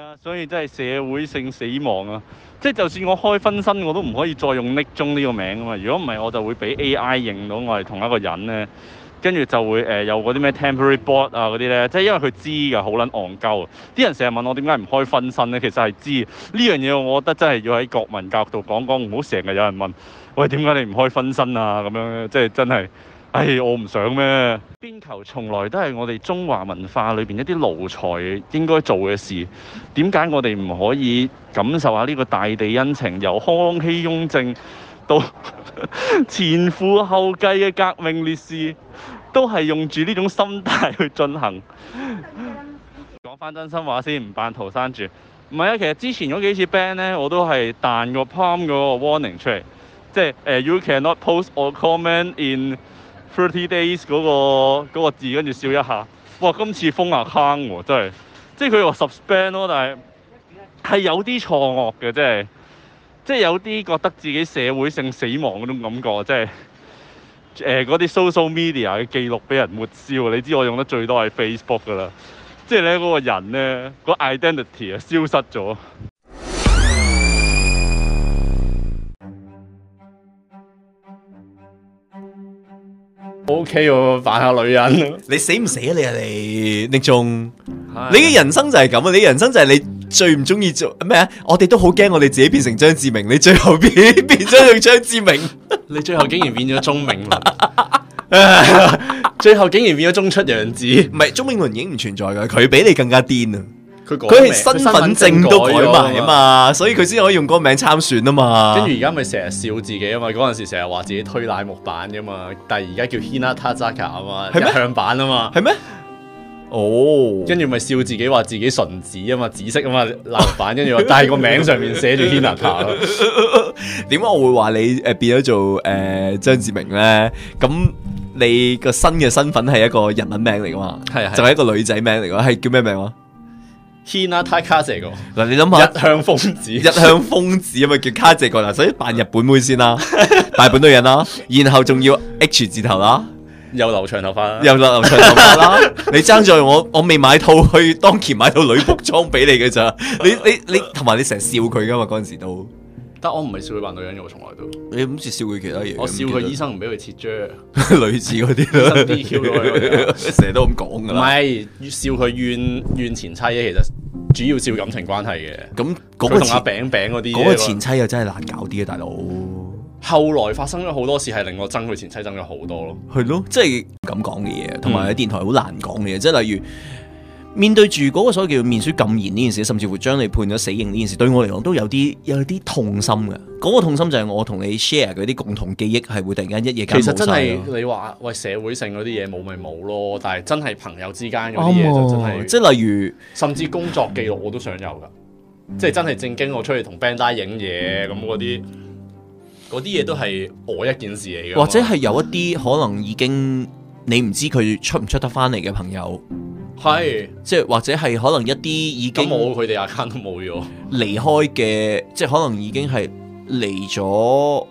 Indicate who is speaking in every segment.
Speaker 1: 啊，所以真係社會性死亡啊！即係就算我開分身，我都唔可以再用 Nick 中呢個名啊嘛。如果唔係，我就會俾 AI 認到我係同一個人咧，跟住就會誒、呃有嗰啲咩 temporary bot 啊嗰啲咧，即係因為佢知㗎，好撚戇鳩啊。啲人成日問我點解唔開分身咧，其實係知呢樣嘢，我覺得真係要喺國民教育度講講，唔好成日有人問喂點解你唔開分身啊咁樣，即係真係。唉、我唔想咩？邊球從來都係我哋中華文化裏邊一啲奴才應該做嘅事。點解我哋唔可以感受下呢個大地恩情，由康熙雍正到 前赴後繼嘅革命烈士，都係用住呢種心態去進行。講翻真心話先，唔扮陶山住。唔係啊，其實之前嗰幾次 band 咧，我都係彈個 palm 嗰個 warning 出嚟，即係誒、呃 you cannot post or comment in thirty days 嗰、個嗰個字，跟住笑一下。哇！今次封下坑喎，真係〜即係佢話 suspend 咯，但係係有啲錯愕嘅，即係即係有啲覺得自己社會性死亡嗰種感覺，即係誒嗰啲 social media 嘅記錄俾人抹消。你知我用得最多係 Facebook 噶啦，即係咧嗰個人咧、個 identity 啊消失咗。
Speaker 2: O K 喎，扮下女人。
Speaker 3: 你死唔死啊你啊你匿中，你嘅人生就係咁啊！你嘅人生就係你最唔中意做咩啊？我哋都好驚我哋自己變成張志明，你最後變 變咗做張志明，
Speaker 2: 你最後竟然變咗鐘明倫， 最後竟然變咗中出洋子。
Speaker 3: 唔係鐘明倫已經唔存在㗎，佢比你更加癲啊！
Speaker 2: 佢改
Speaker 3: 佢
Speaker 2: 名
Speaker 3: 係身份證都改埋啊。嘛，所以佢先可以用嗰個名參選啊嘛。
Speaker 2: 跟住而家咪成日笑自己啊嘛，嗰陣時成日話自己推乃木板噶嘛，但係而家叫 Hina Tazaka 啊嘛，
Speaker 3: 係咩
Speaker 2: 日向版啊嘛，
Speaker 3: 係咩？哦，
Speaker 2: 跟住咪笑自己話自己純子啊嘛，紫色啊嘛，乃木板，跟住話但係個名上面寫住 Hina Ta 咯，
Speaker 3: 點解我會話你誒變咗做誒張志明咧？咁你個新嘅身份係一個日文名嚟噶嘛？
Speaker 2: 係係
Speaker 3: 就係一個女仔名嚟噶，係叫咩名啊？
Speaker 2: Hina Takase 個
Speaker 3: 嗱，你諗下
Speaker 2: 日。向瘋 子，
Speaker 3: 日啊向瘋子啊嘛，叫卡姐個嗱，所以扮日本妹 先啦，大本女人啦，然後仲要 H 字頭啦，
Speaker 2: 又留長頭髮啦，
Speaker 3: 又留長頭髮啦， 你爭在我我未買套去當期買套女服裝俾你嘅咋，你你你同埋你成日笑佢噶嘛嗰陣時都，
Speaker 2: 但我唔係笑佢扮女人嘅，我從來都，
Speaker 3: 你好似笑佢其他嘢嘅，
Speaker 2: 我笑佢醫
Speaker 3: 醫
Speaker 2: 生唔俾佢切啫。
Speaker 3: 類似嗰啲啦
Speaker 2: 醫生 DQ 咗
Speaker 3: 成日都咁講噶
Speaker 2: 唔
Speaker 3: 啦，
Speaker 2: 係笑佢怨怨前妻嘅，其實主要笑感情關係嘅。
Speaker 3: 咁嗰
Speaker 2: 佢
Speaker 3: 個
Speaker 2: 同阿餅
Speaker 3: 前
Speaker 2: 餅嗰啲嘢
Speaker 3: 嗰個
Speaker 2: 喎，
Speaker 3: 前妻又真係難搞啲嘅啊大佬，
Speaker 2: 後來發生咗好多事，係令我憎佢前妻憎咗好多咯。
Speaker 3: 係咯，即係咁講嘅嘢，
Speaker 2: 嗯
Speaker 3: 同埋喺電台好難講嘅嘢，即係例如。面對住嗰個所謂叫面書禁言呢件事，甚至乎將你判咗死刑呢件事，對我嚟講都有啲有啲痛心嘅。嗰、個痛心就係我同你 share 嗰啲共同記憶係會突然間一夜間
Speaker 2: 其實
Speaker 3: 冇
Speaker 2: 真
Speaker 3: 曬
Speaker 2: 係
Speaker 3: 咯。
Speaker 2: 你話喂社會性嗰啲嘢冇咪冇咯，但係真係朋友之間嗰啲嘢就真
Speaker 3: 啱啊！
Speaker 2: 係，
Speaker 3: 即係例如
Speaker 2: 甚至工作記錄我都想有㗎，即係真係正經我出去同 band 拉影嘢咁嗰啲，嗰啲嘢都係我一件事嚟嘅。
Speaker 3: 或者係有一啲可能已經你唔知佢出唔出得翻嚟嘅朋友，
Speaker 2: 係
Speaker 3: 即係或者係可能一啲已經
Speaker 2: 咁我佢哋 account 都冇咗，
Speaker 3: 離開嘅，即係可能已經係離咗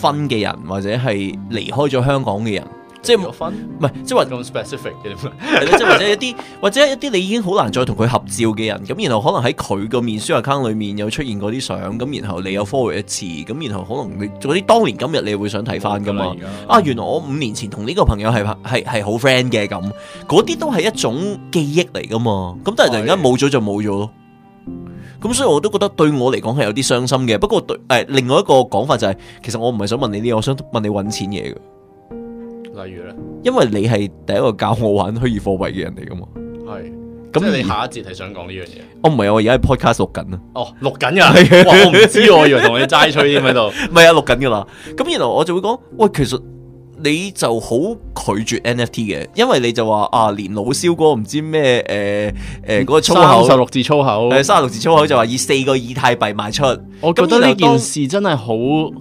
Speaker 3: 婚嘅人，或者係離開咗香港嘅人，即係
Speaker 2: 結咗
Speaker 3: 唔
Speaker 2: 婚
Speaker 3: 係即係話
Speaker 2: 咁 specific 嘅點解？
Speaker 3: 係咯即係或者一啲 或者一啲你已經好難再同佢合照嘅人，咁然後可能喺佢個面書 account 裏面有出現嗰啲相，咁然後你有 forward 一次，咁然後可能你嗰啲當年今日你會想睇翻噶嘛
Speaker 2: 冇㗎啦而？家
Speaker 3: 啊，原來我五年前同呢個朋友係係係好 friend 嘅咁，嗰啲都係一種記憶嚟噶嘛。咁但係突然間
Speaker 2: 係
Speaker 3: 冇咗就冇咗咯。咁所以我都覺得對我嚟講係有啲傷心嘅。不過對誒、另外一個講法就係、其實我唔係想問你呢，我想問你揾錢嘢嘅，
Speaker 2: 例如咧，
Speaker 3: 因為你係第一個教我玩虛擬貨幣嘅人嚟噶嘛。
Speaker 2: 係
Speaker 3: 咁
Speaker 2: 咁你
Speaker 3: 而
Speaker 2: 下一節係想講呢樣嘢？
Speaker 3: 我唔係，我而家喺 podcast 錄緊啊，
Speaker 2: 哦，錄緊㗎，
Speaker 3: 係啊
Speaker 2: 哇！我唔知喎，我以為同你齋吹添喺度。
Speaker 3: 唔係啊，錄緊噶啦。咁然後我就會講，喂，其實你就好拒絕 NFT 嘅，因為你就話啊，連老蕭嗰個唔知咩誒誒嗰個 粗
Speaker 2: 十
Speaker 3: 口
Speaker 2: 六字粗口，
Speaker 3: 誒三十六字粗口就話以四個以太幣賣出，
Speaker 2: 我覺得呢
Speaker 3: 咁然後
Speaker 2: 件事真係好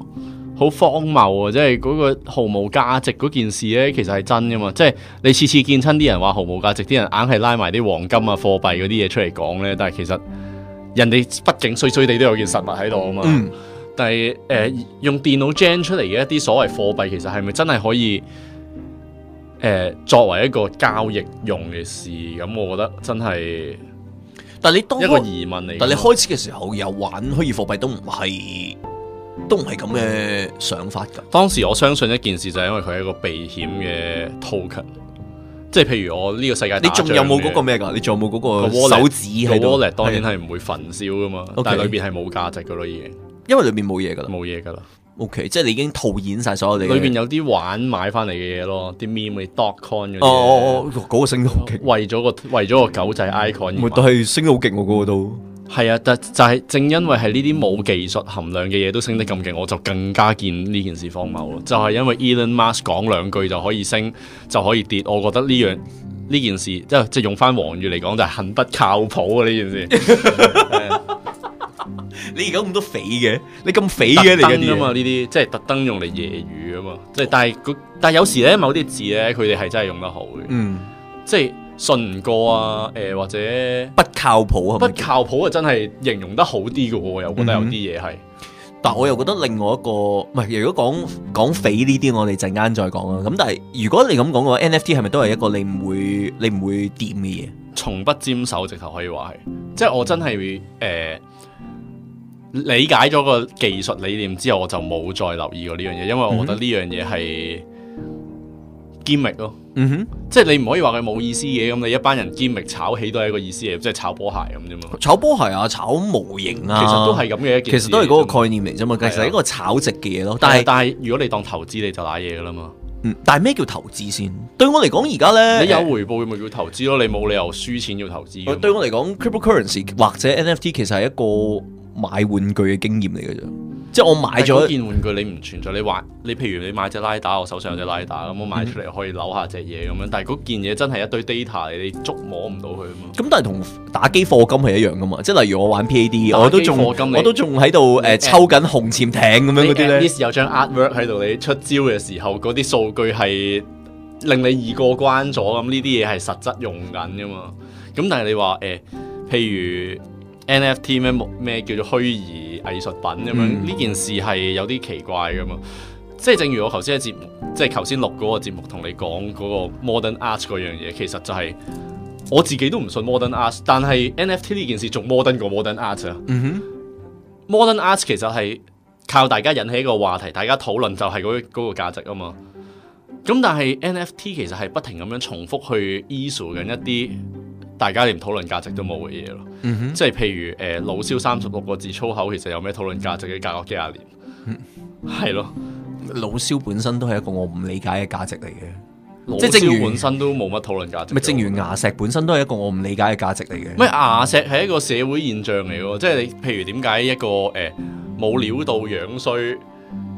Speaker 2: 好荒謬啊！即係嗰個毫無價值嗰件事咧，其實係真噶嘛。即係你次次見親啲人話毫無價值，啲人硬係拉埋啲黃金啊、貨幣嗰啲嘢出嚟講咧，但係其實人哋畢竟衰衰地都有件實物喺度啊嘛。
Speaker 3: 嗯
Speaker 2: 但係誒、呃用電腦 gen 出嚟嘅一啲所謂貨幣，其實係咪真係可以誒、呃作為一個交易用嘅事？咁我覺得真係
Speaker 3: 但你當
Speaker 2: 一個疑問嚟㗎嘛。
Speaker 3: 但你開始嘅時候又玩虛擬貨幣都唔係都唔係咁嘅想法㗎。
Speaker 2: 當時我相信一件事就係因為佢係一個避險嘅 token，即係譬如我呢個世界
Speaker 3: 你
Speaker 2: 打仗
Speaker 3: 仲
Speaker 2: 嘅，
Speaker 3: 有冇嗰個咩㗎？你仲有冇
Speaker 2: 個
Speaker 3: 嗰
Speaker 2: wallet，
Speaker 3: 手指
Speaker 2: 個
Speaker 3: 喺度啊
Speaker 2: wallet？當然係唔會焚燒噶嘛，
Speaker 3: OK
Speaker 2: 但係裏邊係冇價值噶咯，已經
Speaker 3: 因為裏面冇嘢㗎啦。
Speaker 2: 冇嘢噶啦。
Speaker 3: O、k 即係你已經套現晒所有你嘅
Speaker 2: 裏邊有啲玩買翻嚟嘅嘢咯，啲 meme 嗰啲 dot con 嗰啲嘢，
Speaker 3: 哦哦哦，嗰、個升得好勁，
Speaker 2: 為咗個為咗個狗仔 icon 而
Speaker 3: 咪
Speaker 2: 買
Speaker 3: 但係升得好勁喎嗰個都。
Speaker 2: 係啊，但就係正因為係呢啲冇技術含量嘅嘢都升得咁勁，我就更加見呢件事荒謬咯。就係、因為 Elon Musk 講兩句就可以升，就可以跌，我覺得呢樣呢件事即係即係用翻黃語嚟講就係很不靠譜啊！呢件 事
Speaker 3: 你而家咁多匪嘅，你咁匪嘅
Speaker 2: 特
Speaker 3: 你嘅
Speaker 2: 登
Speaker 3: 啲
Speaker 2: 啊嘛，
Speaker 3: 嘢，
Speaker 2: 呢啲即係特登用嚟揶揄啊嘛。即係但係嗰但係有時咧某啲字咧佢哋係真係用得好嘅，
Speaker 3: 嗯，
Speaker 2: 即係信唔過啊誒、或者。
Speaker 3: 不靠譜係
Speaker 2: 不
Speaker 3: 咪？
Speaker 2: 靠譜啊！真係形容得好啲嘅喎，又覺得有啲嘢係
Speaker 3: 但我又覺得另外一個，唔係如果講講匪呢啲，我哋陣間再講啊啦。咁但係如果你咁講嘅話，NFT 係咪都係一個你唔會你唔會掂嘅嘢？
Speaker 2: 從不沾手，直頭可以話係，即係我真係誒、呃理解咗個技術理念之後，我就冇再留意過呢樣嘢，因為我
Speaker 3: 嗯
Speaker 2: 覺得呢樣嘢係堅力咯，
Speaker 3: 嗯哼。
Speaker 2: 即係你唔可以話佢冇意思嘅，咁你一班人堅力炒起都係一個意思嘅，即係炒波鞋咁啫嘛，
Speaker 3: 炒波鞋啊，炒模型啊，
Speaker 2: 其實都係咁嘅一件
Speaker 3: 其
Speaker 2: 事嚟啫嘛，
Speaker 3: 實都係嗰個概念嚟啫嘛，其實
Speaker 2: 係啊
Speaker 3: 係一個炒值嘅嘢咯。但
Speaker 2: 但係
Speaker 3: 係
Speaker 2: 但係如果你當投資你就賴嘢噶啦嘛，
Speaker 3: 嗯但係咩叫投資先？對我嚟講，而家咧，
Speaker 2: 你有回報咪叫投資咯，你冇理由輸錢要投資㗎
Speaker 3: 呃
Speaker 2: 嘛。
Speaker 3: 對我嚟講，cryptocurrency 或者 NFT 其實係一個買玩具嘅經驗嚟嘅啫。即係我買
Speaker 2: 買咗
Speaker 3: 咗，
Speaker 2: 件玩具，你唔存在，你玩你譬如你買隻拉打，我手上有隻拉打咁，我買出嚟可以扭下隻嘢咁樣，但係嗰件嘢真係一堆 data 嚟，你捉摸唔到佢啊嘛。
Speaker 3: 咁但係同打機課金係一樣噶嘛。即係例如我玩 PAD，我都仲
Speaker 2: 打機課金你
Speaker 3: 我都仲喺度誒抽緊紅潛艇咁樣
Speaker 2: 你
Speaker 3: 嗰啲
Speaker 2: at
Speaker 3: 咧。
Speaker 2: least 有張 artwork 喺度，你出招嘅時候嗰啲數據係令你易過關咗，咁呢啲嘢係實質用緊噶嘛。咁但係你話誒、呃譬如 NFT 咩目咩叫做虛擬藝術品咁樣，
Speaker 3: 嗯
Speaker 2: 呢、件事係有啲奇怪噶嘛。即係正如我頭先喺節目，即係頭先錄嗰個節目同你講嗰個 modern art 嗰樣嘢，其實就係、我自己都唔信 modern art，但係 NFT 呢件事仲 modern 過 modern art 啊。
Speaker 3: 嗯
Speaker 2: modern art 其實係靠大家引起一個話題，大家討論就係嗰嗰個價值啊嘛。咁但係 NFT 其實係不停咁樣重複去 issue 緊一啲大家連討論價值都冇嘅嘢咯。
Speaker 3: 哼，嗯哼，
Speaker 2: 即係譬如誒、呃老蕭三十六個字粗口，其實有咩討論價值嘅？隔咗幾廿
Speaker 3: 嗯
Speaker 2: 年，係咯，
Speaker 3: 老蕭本身都係一個我唔理解嘅價值嚟嘅，
Speaker 2: 即
Speaker 3: 即
Speaker 2: 係
Speaker 3: 係正
Speaker 2: 正
Speaker 3: 如
Speaker 2: 本身都冇乜討論價值。
Speaker 3: 咪正如牙石本身都係一個我唔理解嘅價值嚟嘅。
Speaker 2: 咩牙石係一個社會現象嚟喎，即係你譬如點解一個誒冇、料到樣衰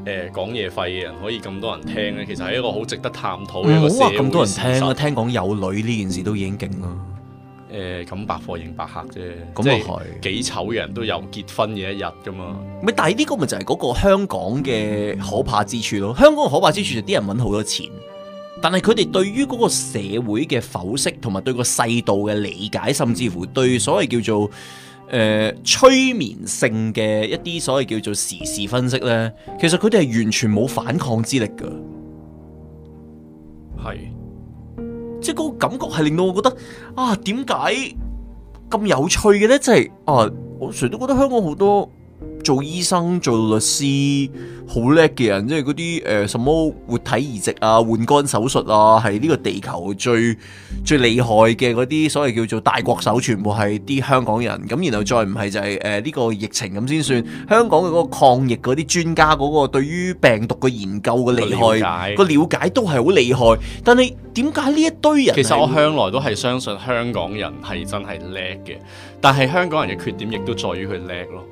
Speaker 2: 誒講嘢廢嘅人可以咁多人聽咧？其實係一個好值得探討嘅一
Speaker 3: 唔
Speaker 2: 個
Speaker 3: 好
Speaker 2: 社
Speaker 3: 嗯話
Speaker 2: 會
Speaker 3: 咁多人
Speaker 2: 事
Speaker 3: 聽啦，
Speaker 2: 實
Speaker 3: 聽講有女呢件事都已經勁啦。
Speaker 2: 誒呃咁、百貨應百客啫，
Speaker 3: 咁
Speaker 2: 即
Speaker 3: 又
Speaker 2: 係
Speaker 3: 係
Speaker 2: 幾醜嘅人都有結婚嘅一日噶嘛。
Speaker 3: 咪但係呢個咪就係嗰個香港嘅可怕之處咯。香港嘅可怕之處就啲人揾好多錢，但係佢哋對於嗰個社會嘅剖析同埋對個世道嘅理解，甚至乎對所謂叫做誒、呃催眠性嘅一啲所謂叫做時事分析呢，其實佢哋係完全冇反抗之力㗎。
Speaker 2: 係
Speaker 3: 即係嗰個感覺係令到我覺得啊，點解咁有趣嘅咧？即係啊，我成日都覺得香港好多做醫生、做律師好叻嘅人，即係嗰啲誒呃什麼活體移植啊、換肝手術啊，係呢個地球最 最厲害嘅嗰啲所謂叫做大國手，全部係啲香港人。咁然後再唔係就係誒呢個疫情咁先算。香港嘅嗰個抗疫嗰啲專家嗰個對於病毒嘅研究嘅厲
Speaker 2: 個了
Speaker 3: 害
Speaker 2: 解
Speaker 3: 個了解都係好厲害，但係點解呢一堆人
Speaker 2: 其
Speaker 3: 係
Speaker 2: 實我向來都係相信香港人係真係叻嘅，但係香港人嘅缺點亦都在於佢叻咯。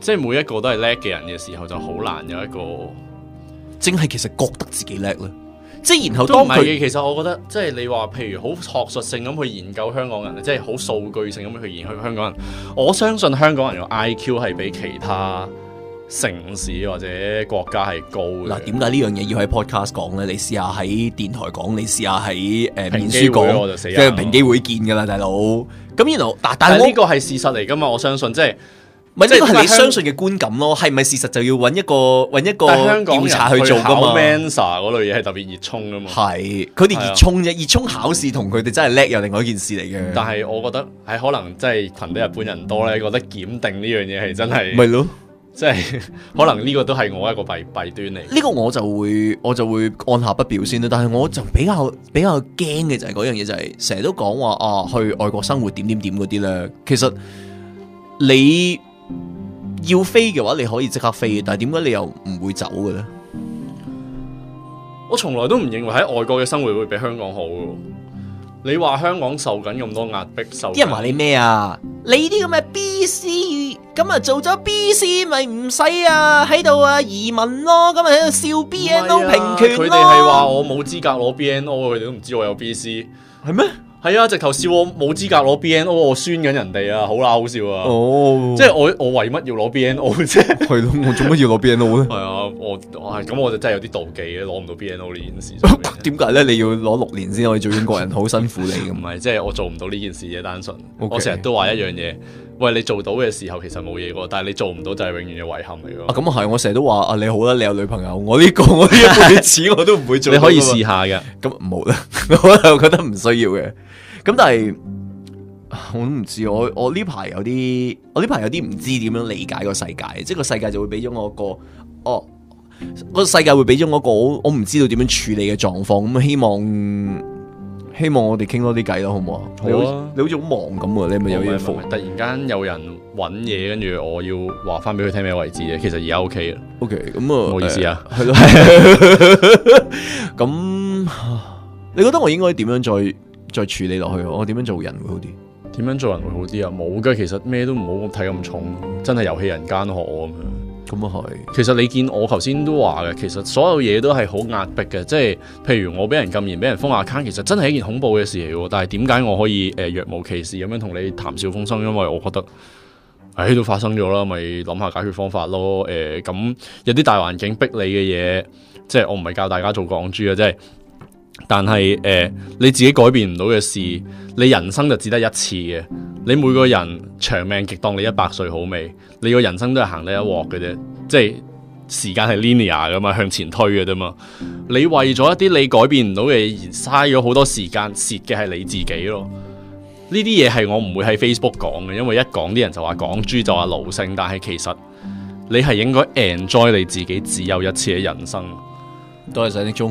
Speaker 2: 即係每一個都係叻嘅人嘅時候，就好難有一個。
Speaker 3: 正係其實覺得自己叻咧？即係然後
Speaker 2: 都
Speaker 3: 哦當
Speaker 2: 唔係嘅，
Speaker 3: 佢
Speaker 2: 其實我覺得即係你話，譬如好學術性咁去研究香港人，即係好數據性咁去研究香港人。我相信香港人嘅 IQ 係比其他城市或者國家係高
Speaker 3: 嗱
Speaker 2: 嘅。
Speaker 3: 點解呢樣嘢要喺 podcast 講咧？你試下喺電台講，你試下喺誒
Speaker 2: 平
Speaker 3: 面
Speaker 2: 機
Speaker 3: 書
Speaker 2: 會我就
Speaker 3: 講，
Speaker 2: 死
Speaker 3: 即
Speaker 2: 硬
Speaker 3: 係平機會見㗎啦，大佬。咁然後嗱，但
Speaker 2: 但
Speaker 3: 係
Speaker 2: 係
Speaker 3: 我
Speaker 2: 呢個係事實嚟㗎嘛？我相信即係
Speaker 3: 唔係呢個
Speaker 2: 即係
Speaker 3: 係你
Speaker 2: 香
Speaker 3: 相信嘅觀感咯，係咪事實就要揾一個揾一個
Speaker 2: 但係香港
Speaker 3: 調查去做
Speaker 2: 噶
Speaker 3: 㗎嘛？
Speaker 2: Mensa 嗰類嘢係特別熱衷噶嘛。
Speaker 3: 係，佢哋
Speaker 2: 係啊
Speaker 3: 熱衷啫，熱衷考試同佢哋真係叻有另外一件事嚟嘅。
Speaker 2: 但係我覺得係可能真係群體日本人多咧，覺得檢定呢樣嘢係真
Speaker 3: 咪
Speaker 2: 係，
Speaker 3: 咯，
Speaker 2: 即係可能呢個都係我一個弊弊端嚟。
Speaker 3: 呢個我就會我就會按下不表先啦。但係我就比較比較驚嘅就係嗰樣嘢，就係成日都講話啊去外國生活點點點嗰啲咧。其實你要飛嘅話，你可以即刻飛，但係點解你又唔會走嘅咧？
Speaker 2: 我從來都唔認為喺外國嘅生活會比香港好嘅喎。你話香港受緊咁多壓迫，受緊
Speaker 3: 啲人話你咩啊？你呢啲咁嘅 B C，咁啊做咗 B C 咪唔使啊喺度啊移民咯，咁啊喺度笑 B N O 平權
Speaker 2: 佢哋係話我冇資格攞 BNO，佢哋都唔知我有 BC。
Speaker 3: 係咩？
Speaker 2: 係啊，直頭笑我冇資格攞 BNO，我酸緊人哋啊，好啦，好笑啊！
Speaker 3: 哦
Speaker 2: 即係我我為乜要攞 BNO 啫？
Speaker 3: 係咯，我做乜要攞 B N O 咧
Speaker 2: 係？啊，我我係咁我就真係有啲妒忌嘅，攞唔到 BNO 呢件事上面。
Speaker 3: 點解咧？你要攞六年先可以做英國人，好辛苦你
Speaker 2: 唔
Speaker 3: 咁。
Speaker 2: 係，即係我做唔到呢件事嘅單純。
Speaker 3: OK
Speaker 2: 我成日都話一樣嘢，喂，你做到嘅時候其實冇嘢喎，但係你做唔到就係永遠嘅遺憾嚟
Speaker 3: 啊，
Speaker 2: 㗎。
Speaker 3: 咁啊係，我成日都話啊，你好啦，你有女朋友，我呢、個 我呢一輩子我都唔會做。
Speaker 2: 你可以試，下嘅，
Speaker 3: 咁冇啦，我又覺得唔需要嘅。咁但係啊我都唔知，我我呢排有啲，我呢排有啲唔知點樣理解個世界，即係個世界就會俾咗我個，哦，個世界會俾咗我一個我我唔知道點樣處理嘅狀況。咁希望希望我哋傾多啲偈咯，好唔好啊？
Speaker 2: 好啊
Speaker 3: 你好你好似好忙咁啊，你係咪有嘢
Speaker 2: 唔
Speaker 3: 復
Speaker 2: 係唔係突然間有人揾嘢，跟住我要話翻俾佢聽咩位置嘅，其實而家 OK 嘅，
Speaker 3: ？OK，咁啊，
Speaker 2: 唔好意思啊。
Speaker 3: 係咯。咁你覺得我應該點樣再再處理落去？我點樣做人會好啲？
Speaker 2: 點樣做人會好啲啊？冇嘅，其實咩都唔好睇咁重，真係遊戲人間學我咁樣。
Speaker 3: 咁啊係。
Speaker 2: 其實你見我頭先都話嘅，其實所有嘢都係好壓迫嘅，即係譬如我俾人禁言、俾人封 account，其實真係一件恐怖嘅事嚟喎。但係點解我可以誒、呃若無其事咁樣同你談笑風生？因為我覺得，唉都發生咗啦，咪諗下解決方法咯。誒、咁有啲大環境逼你嘅嘢，即係我唔係教大家做港豬啊，即係。但係誒、呃你自己改變唔到嘅事，你人生就只得一次嘅。你每個人長命極當你一百歲好未？你個人生都係行得一鑊嘅啫，即係時間係 linear 噶嘛，向前推嘅啫嘛。你為咗一啲你改變唔到嘅嘢而嘥咗好多時間，蝕嘅係你自己咯。呢啲嘢係我唔會喺 Facebook 講嘅，因為一講啲人就話港豬就話奴性，但係其實你係應該 enjoy 你自己只有一次嘅人生。
Speaker 3: 多謝晒，的鐘，